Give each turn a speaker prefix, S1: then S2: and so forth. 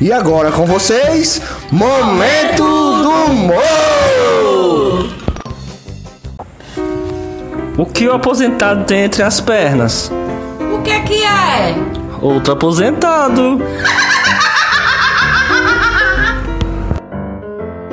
S1: E agora com vocês, Momento do Humor!
S2: O que o aposentado tem entre as pernas?
S3: O que é que é?
S2: Outro aposentado.